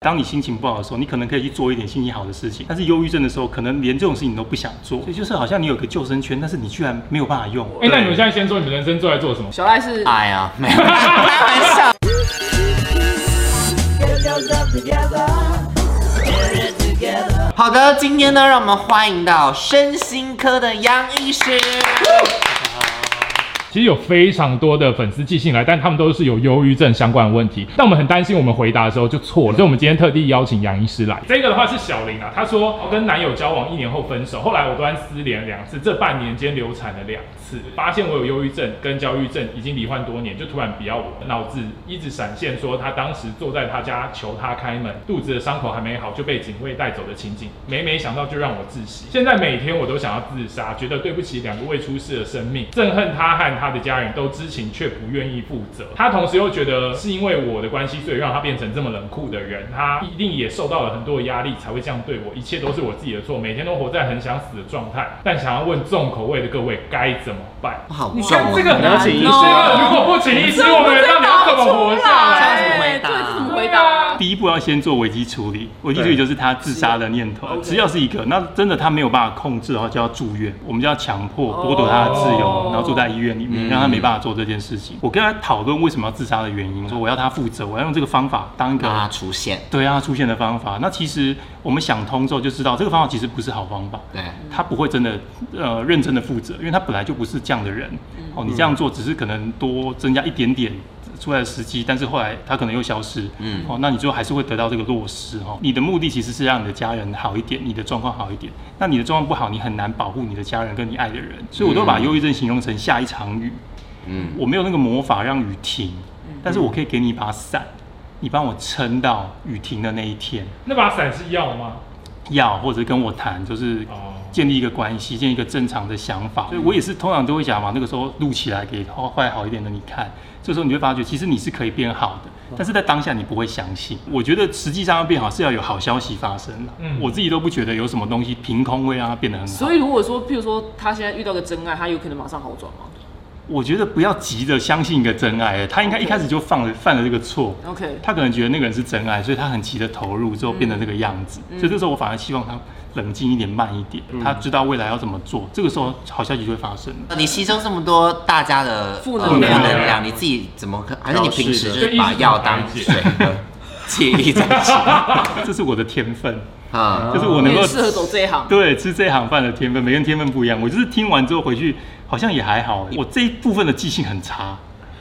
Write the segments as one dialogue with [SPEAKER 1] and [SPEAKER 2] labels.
[SPEAKER 1] 当你心情不好的时候，你可能可以去做一点心情好的事情，但是忧郁症的时候，可能连这种事情都不想做，所以就是好像你有个救生圈，但是你居然没有办法用。
[SPEAKER 2] 哎、那你们现在先说你们人生最爱做什么？
[SPEAKER 3] 小赖是
[SPEAKER 4] 哎呀，没有，开玩笑。好的，今天呢，让我们欢迎到身心科的杨医师。
[SPEAKER 2] 其实有非常多的粉丝寄信来，但他们都是有忧郁症相关的问题。但我们很担心我们回答的时候就错了，所以我们今天特地邀请杨医师来。这个的话是小林啊，她说我跟男友交往一年后分手，后来我断失联两次，这半年间流产了两次，发现我有忧郁症跟焦虑症，已经罹患多年，就突然不要我，脑子一直闪现说他当时坐在他家求他开门，肚子的伤口还没好就被警卫带走的情景，每每想到就让我窒息。现在每天我都想要自杀，觉得对不起两个未出世的生命，憎恨他和他的家人都知情却不愿意负责。他同时又觉得是因为我的关系，所以让他变成这么冷酷的人。他一定也受到了很多的压力，才会这样对我。一切都是我自己的错，每天都活在很想死的状态。但想要问重口味的各位该怎么办？
[SPEAKER 4] 好
[SPEAKER 3] 你
[SPEAKER 4] 重
[SPEAKER 3] 看
[SPEAKER 4] 啊，
[SPEAKER 3] 这个很
[SPEAKER 4] 了
[SPEAKER 3] 难
[SPEAKER 4] 解
[SPEAKER 2] 这个如果不请医师，我们到底要怎么活下来？
[SPEAKER 3] 哦
[SPEAKER 4] 啊
[SPEAKER 3] 对，啊哎啊这是怎么回答？
[SPEAKER 1] 第一步要先做危机处理，危机处理就是他自杀的念头，只要是一个，那真的他没有办法控制的话，就要住院，我们就要强迫剥夺他的自由
[SPEAKER 3] 哦，
[SPEAKER 1] 然后住在医院里面，
[SPEAKER 4] 嗯
[SPEAKER 1] 让他没办法做这件事情。我跟他讨论为什么要自杀的原因，我说我要他负责，我要用这个方法当一个
[SPEAKER 4] 让他出现。
[SPEAKER 1] 对让他出现的方法。那其实我们想通之后就知道，这个方法其实不是好方法。
[SPEAKER 4] 对，
[SPEAKER 1] 他不会真的呃认真的负责，因为他本来就不是这样的人。
[SPEAKER 4] 嗯
[SPEAKER 1] 哦，你这样做只是可能多增加一点点出来的时机，但是后来他可能又消失。
[SPEAKER 4] 嗯
[SPEAKER 1] 哦，那你最后还是会得到这个落失哦。你的目的其实是让你的家人好一点，你的状况好一点。那你的状况不好，你很难保护你的家人跟你爱的人，所以我都把忧郁症形容成下一场雨。
[SPEAKER 4] 嗯，
[SPEAKER 1] 我没有那个魔法让雨停，但是我可以给你一把伞，你帮我撑到雨停的那一天。
[SPEAKER 2] 那把伞是药吗？
[SPEAKER 1] 要或者跟我谈，就是
[SPEAKER 2] 哦
[SPEAKER 1] 建立一个关系，建立一个正常的想
[SPEAKER 3] 嗯
[SPEAKER 1] 法。所以我也是通常都会讲嘛，那个时候录起来给后来好一点的你看，这时候你会发觉其实你是可以变好的，
[SPEAKER 3] 嗯
[SPEAKER 1] 但是在当下你不会相信。我觉得实际上要变好是要有好消息发生的，
[SPEAKER 2] 嗯
[SPEAKER 1] 我自己都不觉得有什么东西凭空会让它变得很好。
[SPEAKER 3] 所以如果说，譬如说他现在遇到个真爱，他有可能马上好转吗
[SPEAKER 1] 我觉得不要急着相信一个真爱，他应该一开始就犯了犯了这个错。
[SPEAKER 3] ？OK，
[SPEAKER 1] 他可能觉得那个人是真爱，所以他很急的投入，之后变成这个样子。
[SPEAKER 3] 嗯
[SPEAKER 1] 所以这时候我反而希望他冷静一点，慢一点，他知道未来要怎么做。这个时候好消息就会发生了。
[SPEAKER 4] 你吸收这么多大家的
[SPEAKER 3] 负
[SPEAKER 4] 呃
[SPEAKER 3] 能量
[SPEAKER 4] 能量，你自己怎么可？还是你平时就是
[SPEAKER 2] 对
[SPEAKER 4] 把药当
[SPEAKER 2] 一直
[SPEAKER 4] 水喝， 记忆在吃
[SPEAKER 1] 这是我的天分，
[SPEAKER 5] 哦
[SPEAKER 4] 啊？
[SPEAKER 1] 就是我
[SPEAKER 3] 你
[SPEAKER 1] 能够
[SPEAKER 3] 很适合走这一行。
[SPEAKER 1] 对吃这行饭的天分，每个人天分不一样。我就是听完之后回去好像也还好，欸我这一部分的记性很差。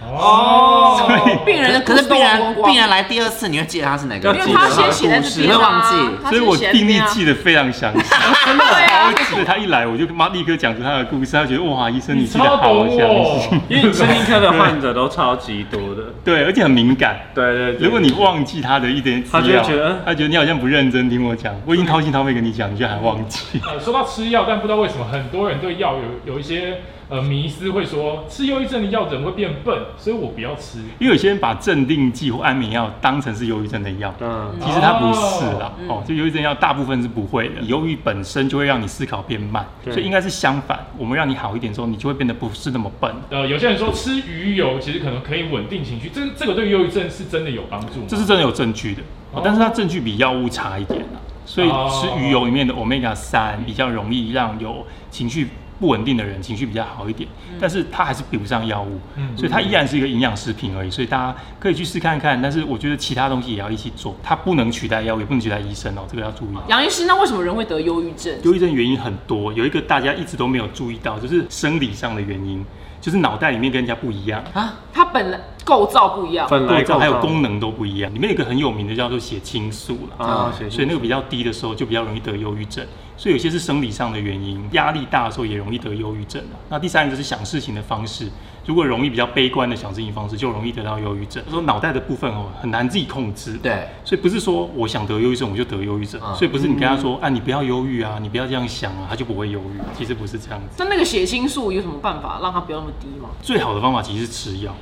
[SPEAKER 3] 哦，病人的啊故
[SPEAKER 4] 可是
[SPEAKER 3] 事都
[SPEAKER 4] 病
[SPEAKER 3] 忘光
[SPEAKER 4] 人
[SPEAKER 3] 光
[SPEAKER 4] 病人来第二次，你会记得他是哪个？
[SPEAKER 5] 要
[SPEAKER 3] 因
[SPEAKER 5] 记
[SPEAKER 3] 为
[SPEAKER 5] 得
[SPEAKER 3] 他先写在这
[SPEAKER 4] 你
[SPEAKER 3] 边
[SPEAKER 4] 会
[SPEAKER 3] 啊
[SPEAKER 4] 忘记。
[SPEAKER 3] 他
[SPEAKER 1] 所以
[SPEAKER 3] 先
[SPEAKER 1] 我
[SPEAKER 3] 写在这
[SPEAKER 1] 病历
[SPEAKER 3] 边啊
[SPEAKER 1] 记得非常详 细，
[SPEAKER 3] 对啊，
[SPEAKER 1] 所以他一来我就妈立刻讲出他的故事，他觉得哇，医生你记得
[SPEAKER 2] 超
[SPEAKER 1] 好
[SPEAKER 2] 懂
[SPEAKER 1] 详细
[SPEAKER 2] 我，，
[SPEAKER 5] 因为身心科的患者都超级多的，
[SPEAKER 1] 对，而且很敏感。
[SPEAKER 5] 对对对。
[SPEAKER 1] 如果你忘记他的一点资
[SPEAKER 5] 他就
[SPEAKER 1] 料，
[SPEAKER 5] 会觉得嗯
[SPEAKER 1] 他觉得你好像不认真听我讲，我已经掏心掏肺跟你讲，你居然还忘记。
[SPEAKER 2] 呃， 说到吃药，但不知道为什么很多人对药有有一些呃迷思，会说吃忧郁症的药人会变笨，所以我不要吃。
[SPEAKER 1] 因为有些人把镇定剂或安眠药当成是忧郁症的药，
[SPEAKER 5] 嗯，
[SPEAKER 1] 其实它不是啦。
[SPEAKER 3] 嗯
[SPEAKER 1] 哦，就忧郁症药大部分是不会的，忧郁本身就会让你思考变慢，
[SPEAKER 5] 对
[SPEAKER 1] 所以应该是相反，我们让你好一点之后，你就会变得不是那么笨。
[SPEAKER 2] 呃，有些人说吃鱼油其实可能可以稳定情绪，这个这个对忧郁症是真的有帮助吗？
[SPEAKER 1] 这是真的有证据的，哦
[SPEAKER 2] 哦
[SPEAKER 1] 但是它证据比药物差一点啊。所以
[SPEAKER 2] 哦
[SPEAKER 1] 吃鱼油里面的 omega 三比较容易让有情绪不稳定的人情绪比较好一点，但是它还是比不上药物，
[SPEAKER 2] 嗯
[SPEAKER 1] 所以它依然是一个营养食品而已。所以大家可以去试看看，但是我觉得其他东西也要一起做，它不能取代药物，也不能取代医生哦，这个要注意。
[SPEAKER 3] 杨医师，那为什么人会得忧郁症？
[SPEAKER 1] 忧郁症原因很多，有一个大家一直都没有注意到，就是生理上的原因，就是脑袋里面跟人家不一样。
[SPEAKER 3] 他本来构造不一样，
[SPEAKER 5] 本
[SPEAKER 1] 构
[SPEAKER 5] 来
[SPEAKER 1] 造还有功
[SPEAKER 5] 能
[SPEAKER 1] 能都不一样，里面有一个很有名的叫做血清素啦，
[SPEAKER 5] 啊，
[SPEAKER 1] 所以那个比较低的时候就比较容易得忧郁症。所以有些是生理上的原因，压力大的时候也容易得忧郁症啊那第三个就是想事情的方式，如果容易比较悲观的想事情方式，就容易得到忧郁症。说脑袋的部分哦，很难自己控制。
[SPEAKER 4] 对，
[SPEAKER 1] 所以不是说我想得忧郁症我就得忧郁症，
[SPEAKER 4] 嗯
[SPEAKER 1] 所以不是你跟他说、啊，你不要忧郁啊，你不要这样想啊，他就不会忧郁。其实不是这样子，
[SPEAKER 3] 那那个血清素有什么办法让它不要那么低吗？
[SPEAKER 1] 最好的方法其实是吃药。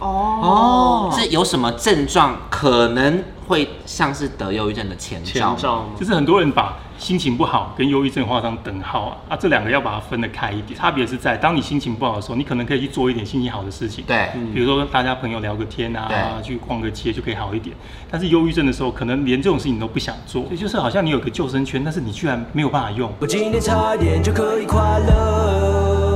[SPEAKER 3] 哦
[SPEAKER 4] 是有什么症状可能会像是得忧郁症的前
[SPEAKER 5] 前
[SPEAKER 4] 兆吗？
[SPEAKER 5] 兆吗？
[SPEAKER 1] 就是很多人把心情不好跟忧郁症画上等号啊，啊，这两个要把它分得开一点。差别是在当你心情不好的时候，你可能可以去做一点心情好的事情，
[SPEAKER 4] 对
[SPEAKER 6] 嗯
[SPEAKER 1] 比如说跟大家朋友聊个天啊，
[SPEAKER 4] 对
[SPEAKER 1] 去逛个街就可以好一点。但是忧郁症的时候，可能连这种事情都不想做，所以就是好像你有个救生圈，但是你居然没有办法用，
[SPEAKER 6] 我今天差一点就可以快乐。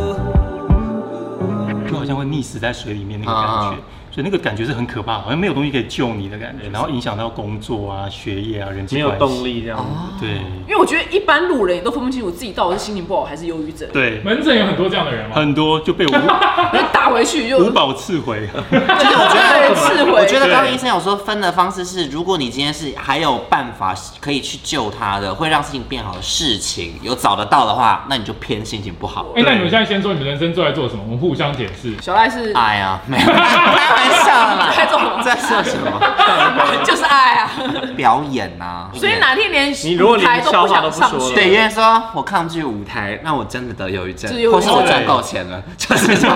[SPEAKER 1] 就好像会溺死在水里面那个感觉。
[SPEAKER 4] 啊
[SPEAKER 1] 所以那个感觉是很可怕，好像没有东西可以救你的感觉，然后影响到工作啊、学业啊、人际
[SPEAKER 5] 没
[SPEAKER 1] 关
[SPEAKER 5] 有
[SPEAKER 1] 系。
[SPEAKER 5] 动力这样子。
[SPEAKER 1] 对
[SPEAKER 3] 因为我觉得一般路人也都分不清楚自己到底是心情不好还是忧郁症，
[SPEAKER 1] 对，
[SPEAKER 2] 门诊有很多这样的人吗？
[SPEAKER 1] 很多 就被五
[SPEAKER 3] 然后打回去就
[SPEAKER 1] 五宝刺回。
[SPEAKER 4] 就是我觉
[SPEAKER 3] 对
[SPEAKER 4] 得
[SPEAKER 3] 刺回
[SPEAKER 4] 我觉得刚刚
[SPEAKER 1] 对
[SPEAKER 4] 医生有说分的方式是，如果你今天是还有办法可以去救他的，会让事情变好的事情，有找得到的话，那你就偏心情不好。
[SPEAKER 2] 哎、那你们现在先说你们人生最爱做什么，我们互相解释。
[SPEAKER 3] 小赖是
[SPEAKER 4] 哎呀，没有，开玩笑的啦，
[SPEAKER 3] 开这种
[SPEAKER 4] 在说什么？
[SPEAKER 3] 就是爱 啊，
[SPEAKER 4] 表演呐、
[SPEAKER 3] 所以哪天连
[SPEAKER 5] 你如果
[SPEAKER 3] 舞台
[SPEAKER 5] 连
[SPEAKER 3] 都
[SPEAKER 5] 笑
[SPEAKER 3] 不
[SPEAKER 5] 话都
[SPEAKER 3] 想上
[SPEAKER 5] 不说
[SPEAKER 3] 去，
[SPEAKER 5] 了
[SPEAKER 4] 对，因为说我抗拒舞台，那我真的得忧郁症
[SPEAKER 3] 就是，忧郁
[SPEAKER 4] 或是我
[SPEAKER 3] 症
[SPEAKER 4] 赚够钱了，就是说，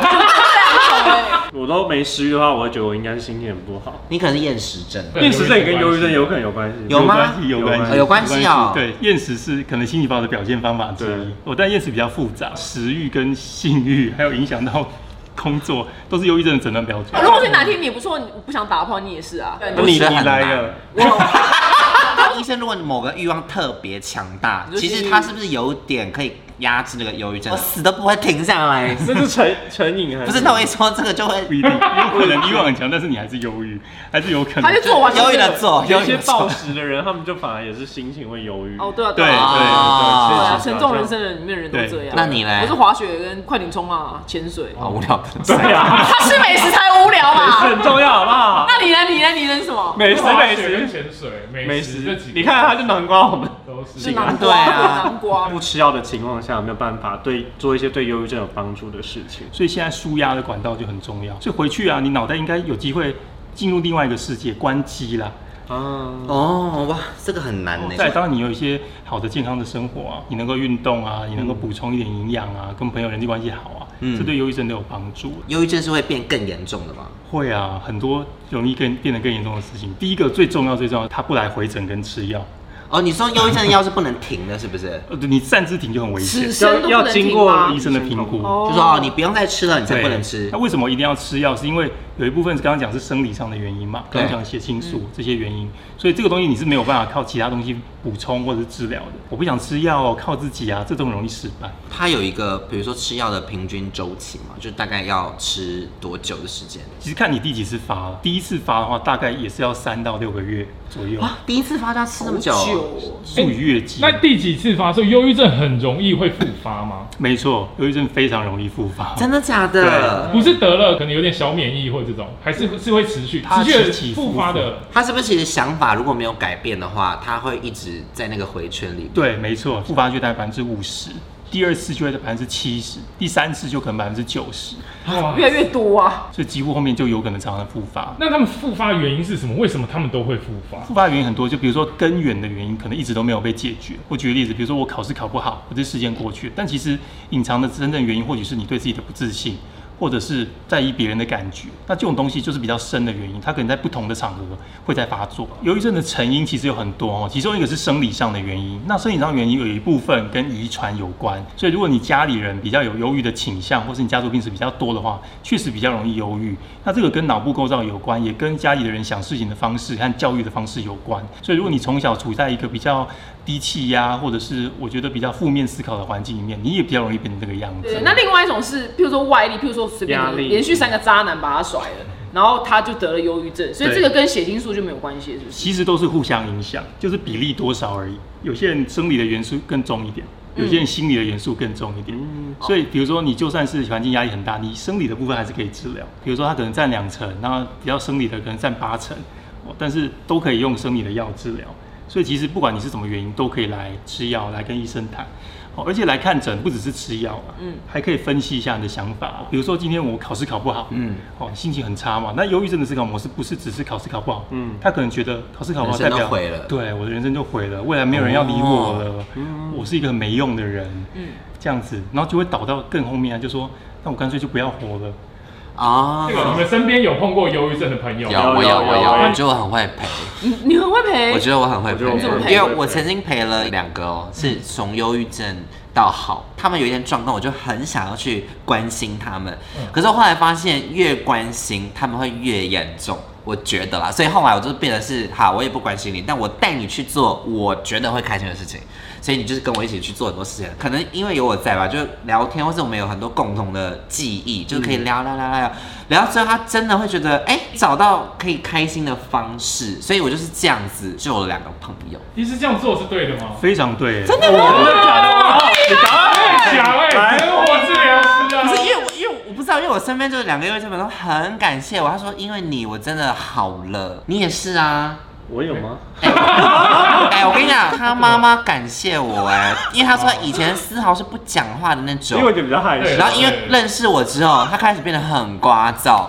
[SPEAKER 5] 我都没食欲的话，我会觉得我应该是心情很不好。
[SPEAKER 4] 你可能是厌食症。
[SPEAKER 5] 厌食症也跟忧郁症有可能有关系。
[SPEAKER 4] 有吗
[SPEAKER 1] 关系，有关系，
[SPEAKER 4] 有关系哦
[SPEAKER 1] 对，厌食是可能心理不好的表现方法之
[SPEAKER 5] 对
[SPEAKER 1] 一。哦我但厌食比较复杂，食欲跟性欲，还有影响到工作，都是忧郁症的诊断标 准。
[SPEAKER 3] 如果是哪天你不错，你不想打炮，你也是啊。
[SPEAKER 4] 那你很难
[SPEAKER 5] 了，
[SPEAKER 4] 医生，如果你某个欲望特别强大，
[SPEAKER 3] 你就
[SPEAKER 4] 其
[SPEAKER 3] 是
[SPEAKER 4] 实他是不是有点可以压制那个忧郁症？我死都不会停下来。
[SPEAKER 5] 这是成成瘾 还
[SPEAKER 4] 不是，那我一说这个就会
[SPEAKER 1] 不一定，有可能欲望很强，但是你还是忧郁，还是有可能
[SPEAKER 3] 他。就做完
[SPEAKER 4] 忧郁的做，忧
[SPEAKER 5] 有一
[SPEAKER 4] 郁
[SPEAKER 5] 些
[SPEAKER 4] 的
[SPEAKER 5] 暴
[SPEAKER 4] 做。
[SPEAKER 5] 食的人，他们就反而也是心情会忧郁。
[SPEAKER 3] 哦，对啊，
[SPEAKER 1] 对对
[SPEAKER 3] 啊。对
[SPEAKER 4] 啊
[SPEAKER 3] 啊，
[SPEAKER 5] 对
[SPEAKER 3] 沉重人生的里面的人都这样。
[SPEAKER 4] 那你嘞
[SPEAKER 3] 我是滑雪跟快艇冲浪啊，潜水。
[SPEAKER 4] 好无聊的。
[SPEAKER 5] 对啊，
[SPEAKER 3] 他吃美食才无聊
[SPEAKER 5] 美食
[SPEAKER 3] 嘛。
[SPEAKER 5] 很重要，好不好？
[SPEAKER 3] 那你呢？你呢？你呢？什么？
[SPEAKER 5] 美食美
[SPEAKER 2] 跟
[SPEAKER 5] 食
[SPEAKER 2] 潜水、美
[SPEAKER 5] 美
[SPEAKER 2] 食这几
[SPEAKER 5] 食，
[SPEAKER 2] 个，
[SPEAKER 5] 你看啊他就南瓜，我们
[SPEAKER 2] 都
[SPEAKER 3] 是
[SPEAKER 2] 是
[SPEAKER 3] 南
[SPEAKER 4] 对
[SPEAKER 3] 瓜，
[SPEAKER 4] 啊
[SPEAKER 3] 南瓜
[SPEAKER 5] 不。吃药的情况下，没有办法对做一些对忧郁症有帮助的事情。
[SPEAKER 1] 所以现在舒压的管道就很重要。所以回去啊，你脑袋应该有机会进入另外一个世界，关机啦。
[SPEAKER 5] 啊，
[SPEAKER 4] 哦，哇，这个很难呢。
[SPEAKER 1] 再当然，你有一些好的健康的生活啊，你能够运动啊，你能够补充一点营养啊，跟朋友人际关系好啊，
[SPEAKER 4] 嗯
[SPEAKER 1] 这对忧郁症都有帮助。
[SPEAKER 4] 忧郁症是会变更严重的吗？
[SPEAKER 1] 会啊，很多容易更变得更严重的事情。第一个最重要最重要，他不来回诊跟吃药，
[SPEAKER 4] 哦，你说忧郁症的药是不能停的，是不是？
[SPEAKER 1] 呃，你站姿停就很危
[SPEAKER 3] 此
[SPEAKER 1] 险，
[SPEAKER 3] 生都不
[SPEAKER 5] 要
[SPEAKER 3] 能
[SPEAKER 5] 经
[SPEAKER 3] 停
[SPEAKER 5] 过
[SPEAKER 3] 吗
[SPEAKER 1] 医？生的评估。
[SPEAKER 3] 哦
[SPEAKER 4] 就说哦，你不用再吃了，你才
[SPEAKER 1] 对
[SPEAKER 4] 不能吃
[SPEAKER 1] 那。为什么一定要吃药？是因为有一部分是刚刚讲是生理上的原因嘛，
[SPEAKER 4] 对
[SPEAKER 1] 刚刚讲血清素这些原因，所以这个东西你是没有办法靠其他东西补充或者是治疗的。我不想吃药哦，靠自己啊，这种容易失败。
[SPEAKER 4] 它有一个，比如说吃药的平均周期嘛，就大概要吃多久的时间？
[SPEAKER 1] 其实看你第几次发了，第一次发的话，大概也是要三到六个月左右，
[SPEAKER 4] 啊，第一次发就要吃那么久？
[SPEAKER 3] 好久哦
[SPEAKER 1] 术于月经。
[SPEAKER 2] 那第几次发作？忧郁症很容易会复发吗？
[SPEAKER 1] 没错，忧郁症非常容易复发。
[SPEAKER 4] 真的假的？
[SPEAKER 2] 不是得了，可能有点小免疫或这种，还是是会持续
[SPEAKER 1] 它
[SPEAKER 2] 持
[SPEAKER 1] 起
[SPEAKER 2] 续
[SPEAKER 1] 起
[SPEAKER 2] 地
[SPEAKER 1] 伏
[SPEAKER 2] 复发的。
[SPEAKER 4] 他是不是其实想法如果没有改变的话，他会一直在那个回圈里？
[SPEAKER 1] 对，没错，复发率大概百分之五十，第二次就会百分之七十，第三次就可能百分之九十，
[SPEAKER 2] 哇
[SPEAKER 3] 越来越多啊！
[SPEAKER 1] 所以几乎后面就有可能常常复发。
[SPEAKER 2] 那他们复发原因是什么？为什么他们都会复发？
[SPEAKER 1] 复发原因很多，就比如说根源的原因可能一直都没有被解决。我举个例子，比如说我考试考不好，我这时间过去了，但其实隐藏的真正原因或许是你对自己的不自信，或者是在意别人的感觉。那这种东西就是比较深的原因，它可能在不同的场合会在发作。忧郁症的成因其实有很多哦，其中一个是生理上的原因，那生理上的原因有一部分跟遗传有关，所以如果你家里人比较有忧郁的倾向，或是你家族病史比较多的话，确实比较容易忧郁。那这个跟脑部构造有关，也跟家里的人想事情的方式和教育的方式有关。所以如果你从小处在一个比较低气压，或者是我觉得比较负面思考的环境里面，你也比较容易变成这个样子。
[SPEAKER 3] 对，那另外一种是，譬如说外力，譬如说随便
[SPEAKER 5] 压
[SPEAKER 3] 你
[SPEAKER 5] 力
[SPEAKER 3] 连续三个渣男把他甩了，然后他就得了忧郁症，所以
[SPEAKER 1] 对
[SPEAKER 3] 这个跟血清素就没有关系，是不是？
[SPEAKER 1] 其实都是互相影响，就是比例多少而已。有些人生理的元素更重一点，有些人心理的元素更重一点。所以，比如说你就算是环境压力很大，你生理的部分还是可以治疗。比如说他可能占两成，那比较生理的可能占八成，哦但是都可以用生理的药治疗。所以其实不管你是什么原因，都可以来吃药，来跟医生谈。哦，而且来看诊不只是吃药啊，嗯，还可以分析一下你的想法。比如说今天我考试考不好，嗯，哦，心情很差嘛。那忧郁症的思考模式不是只是考试考不好，嗯，他可能觉得考试考不好代
[SPEAKER 4] 人生
[SPEAKER 1] 表
[SPEAKER 4] 都毁了哦
[SPEAKER 1] 对，我的人生就毁了，未来没有人要理我了，
[SPEAKER 4] 嗯
[SPEAKER 1] 我是一个很没用的人，嗯，这样子，然后就会导到更后面啊，就说那我干脆就不要活了。
[SPEAKER 4] 啊
[SPEAKER 2] 这，个你们身边有碰过忧郁症的朋友
[SPEAKER 4] 有
[SPEAKER 2] 吗？啊
[SPEAKER 4] 我有我有，
[SPEAKER 5] 有
[SPEAKER 4] 我觉得我很会陪，
[SPEAKER 3] 你你很会陪，
[SPEAKER 4] 我觉得我很会陪
[SPEAKER 5] 我
[SPEAKER 3] 觉得我很，会
[SPEAKER 4] 因为我曾经陪了两个哦，是从忧郁症到好，他们有一点状况，我就很想要去关心他们，可是我后来发现越关心他们会越严重。我觉得啦，所以后来我就变得是，好，我也不关心你，但我带你去做我觉得会开心的事情，所以你就是跟我一起去做很多事情。可能因为有我在吧，就聊天，或是我们有很多共同的记忆，就可以聊聊聊聊聊，聊到最后他真的会觉得，哎、找到可以开心的方式。所以我就是这样子救了两个朋友。
[SPEAKER 2] 其实这样做是对的吗？
[SPEAKER 1] 非常对，真
[SPEAKER 2] 真的假的？哇你答案强哎，生活治疗师啊！
[SPEAKER 4] 不是因为我，因为我不知道，因为我身边就是两个优秀朋友都很感谢我，他说因为你我真的好了，你也是啊。
[SPEAKER 5] 我有吗？
[SPEAKER 4] 哎、我跟你讲，他妈妈感谢我哎、因为他说他以前丝毫是不讲话的那
[SPEAKER 5] 因
[SPEAKER 4] 种
[SPEAKER 5] 为，我就比较害羞
[SPEAKER 2] 对。
[SPEAKER 4] 然后因为认识我之后，他开始变得很聒噪。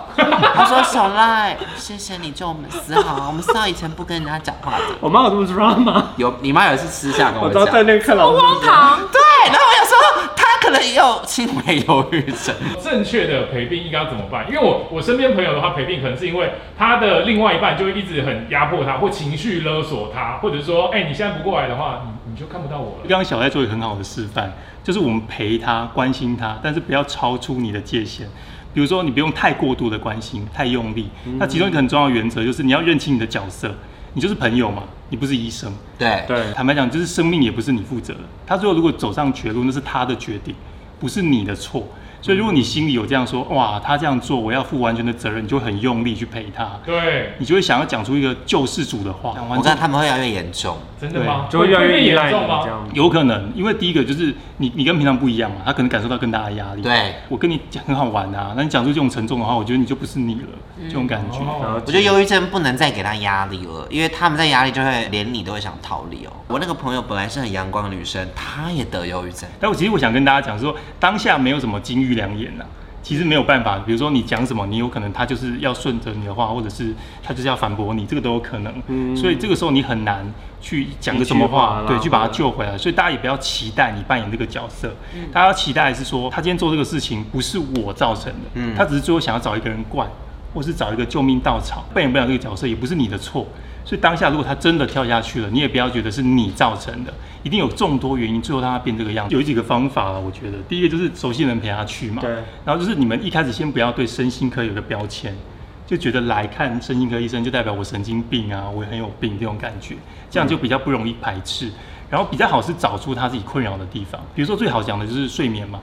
[SPEAKER 4] 他说小赖，谢谢你救我们丝毫，我们丝毫以前不跟人家讲话的。
[SPEAKER 5] 我妈有这么 drama，
[SPEAKER 4] 有你妈有一次私下跟
[SPEAKER 5] 我
[SPEAKER 4] 我
[SPEAKER 5] 都
[SPEAKER 4] 讲，
[SPEAKER 5] 在那看老师。
[SPEAKER 3] 堂
[SPEAKER 4] 对，然后我想说他可能也有轻微忧郁症。
[SPEAKER 2] 正确的陪病应该要怎么办？因为我我身边朋友的话，陪病可能是因为他的另外一半就会一直很压迫他，或情绪勒索他，或者说，哎、你现在不过来的话，你你就看不到我了。
[SPEAKER 1] 刚刚小赖做一个很好的示范，就是我们陪他、关心他，但是不要超出你的界限。比如说，你不用太过度的关心、太用力。那其中一个很重要的原则就是你要认清你的角色，你就是朋友嘛，你不是医生。
[SPEAKER 4] 对，
[SPEAKER 5] 对，
[SPEAKER 1] 坦白讲，就是生命也不是你负责的。他最后如果走上绝路，那是他的决定，不是你的错。所以，如果你心里有这样说，哇，他这样做，我要负完全的责任，你就会很用力去陪他，
[SPEAKER 2] 对，
[SPEAKER 1] 你就会想要讲出一个救世主的话。讲完
[SPEAKER 4] 我
[SPEAKER 1] 之后
[SPEAKER 4] 看他们会越来越严重。
[SPEAKER 2] 真的吗？
[SPEAKER 5] 就会越来越依赖你
[SPEAKER 2] 重
[SPEAKER 5] 这
[SPEAKER 2] 吗？
[SPEAKER 5] 样。
[SPEAKER 1] 有可能，因为第一个就是你，你跟平常不一样嘛，他可能感受到更大的压力。
[SPEAKER 4] 对，
[SPEAKER 1] 我跟你讲很好玩啊，那你讲出这种沉重的话，我觉得你就不是你了，
[SPEAKER 5] 嗯
[SPEAKER 1] 这种感觉。
[SPEAKER 5] 然后
[SPEAKER 2] 哦，
[SPEAKER 4] 我
[SPEAKER 5] 就
[SPEAKER 4] 觉得忧郁症不能再给他压力了，因为他们在压力就会连你都会想逃离哦。我那个朋友本来是很阳光的女生，她也得忧郁症。
[SPEAKER 1] 但我其实我想跟大家讲说，当下没有什么金玉良言呐、其实没有办法。比如说你讲什么，你有可能他就是要顺着你的话，或者是他就是要反驳你，这个都有可能。
[SPEAKER 5] 嗯
[SPEAKER 1] 所以这个时候你很难去讲个什么话
[SPEAKER 5] 一句话啦，
[SPEAKER 1] 对，去把他救回来。所以大家也不要期待你扮演这个角色，大家要期待的是说他今天做这个事情不是我造成的，
[SPEAKER 4] 嗯
[SPEAKER 1] 他只是最后想要找一个人怪，或是找一个救命稻草，扮演不了这个角色也不是你的错。所以当下如果他真的跳下去了，你也不要觉得是你造成的，一定有众多原因最后让他变这个样子。有几个方法啊，我觉得第一个就是熟悉人陪他去嘛，
[SPEAKER 5] 对
[SPEAKER 1] 然后就是你们一开始先不要对身心科有个标签。就觉得来看身心科医生就代表我神经病啊，我很有病这种感觉，这样就比较不容易排斥。然后比较好是找出他自己困扰的地方，比如说最好讲的就是睡眠嘛，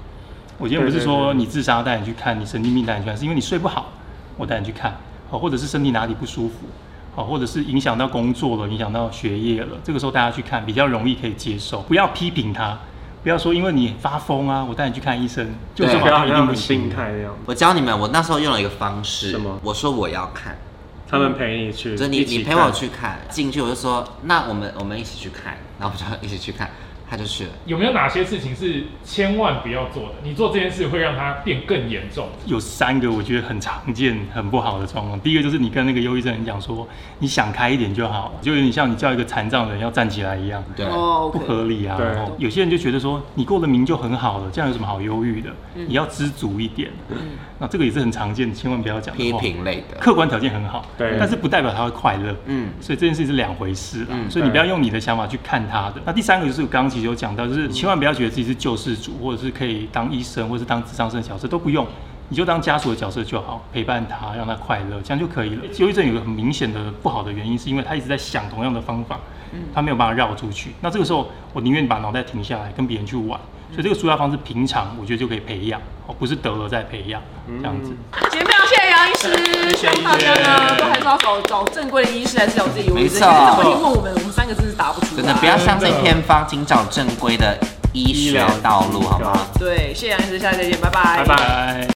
[SPEAKER 1] 我今天不是说你自杀带你去看，你神经病带你去看，是因为你睡不好，我带你去看，好，或者是身体哪里不舒服，好，或者是影响到工作了，影响到学业了，这个时候大家去看比较容易可以接受，不要批评他，不要说因为你发疯啊，我带你去看医生，就
[SPEAKER 4] 对
[SPEAKER 1] 这
[SPEAKER 5] 不要
[SPEAKER 1] 啊好像
[SPEAKER 5] 好
[SPEAKER 1] 一定
[SPEAKER 5] 像
[SPEAKER 1] 不
[SPEAKER 5] 很
[SPEAKER 1] 行
[SPEAKER 5] 病。态的样子。
[SPEAKER 4] 我教你们，我那时候用了一个方式，
[SPEAKER 5] 什么
[SPEAKER 4] 我说我要看，
[SPEAKER 5] 他们陪你去，
[SPEAKER 4] 就是你
[SPEAKER 5] 一起
[SPEAKER 4] 你陪我去看，进去我就说那我们我们一起去看，然后我们就一起去看，他就去了。
[SPEAKER 2] 有没有哪些事情是千万不要做的？你做这件事会让它变更严重。
[SPEAKER 1] 有三个我觉得很常见、很不好的状况。第一个就是你跟那个忧郁症人讲说，你想开一点就好，就有点像你叫一个残障人要站起来一样。
[SPEAKER 4] 对，
[SPEAKER 3] 哦，
[SPEAKER 1] 不
[SPEAKER 3] OK
[SPEAKER 1] 合理啊。
[SPEAKER 5] 对
[SPEAKER 1] 然后有些人就觉得说，你过得明就很好了，这样有什么好忧郁的？
[SPEAKER 4] 嗯
[SPEAKER 1] 你要知足一点。那这个也是很常见，千万不要讲
[SPEAKER 4] 批
[SPEAKER 1] 的话。
[SPEAKER 4] 评类
[SPEAKER 5] 哦
[SPEAKER 4] 的，
[SPEAKER 1] 客观条件很好，
[SPEAKER 5] 对
[SPEAKER 1] 但是不代表他会快乐。
[SPEAKER 4] 嗯，
[SPEAKER 1] 所以这件事是两回事啊，
[SPEAKER 4] 嗯
[SPEAKER 1] 所以你不要用你的想法去看他的。那第三个就是我刚刚其实有讲到，
[SPEAKER 4] 嗯
[SPEAKER 1] 就是千万不要觉得自己是救世主，或者是可以当医生，或者是当智商生的角色都不用，你就当家属的角色就好，陪伴他，让他快乐，这样就可以了。忧郁症有个很明显的不好的原因，是因为他一直在想同样的方法，
[SPEAKER 4] 嗯
[SPEAKER 1] 他没有办法绕出去。那这个时候，我宁愿把脑袋停下来，跟别人去玩。
[SPEAKER 4] 嗯
[SPEAKER 1] 所以这个舒压方式，平常我觉得就可以培养，哦，不是得了再培养这样
[SPEAKER 4] 嗯
[SPEAKER 1] 子。
[SPEAKER 3] 今天非常谢谢杨医师，希望大家呢都还是要找找正规的医师，还是找自己有
[SPEAKER 4] 没
[SPEAKER 3] 医
[SPEAKER 4] 错
[SPEAKER 3] 生。这个问题问我们，我们三个真是答不出来。
[SPEAKER 4] 真的不要相
[SPEAKER 5] 嗯
[SPEAKER 4] 信偏方，请找正规的医学道路，好不好？
[SPEAKER 3] 对，谢谢杨医师，下次再见，拜拜。
[SPEAKER 1] 拜拜。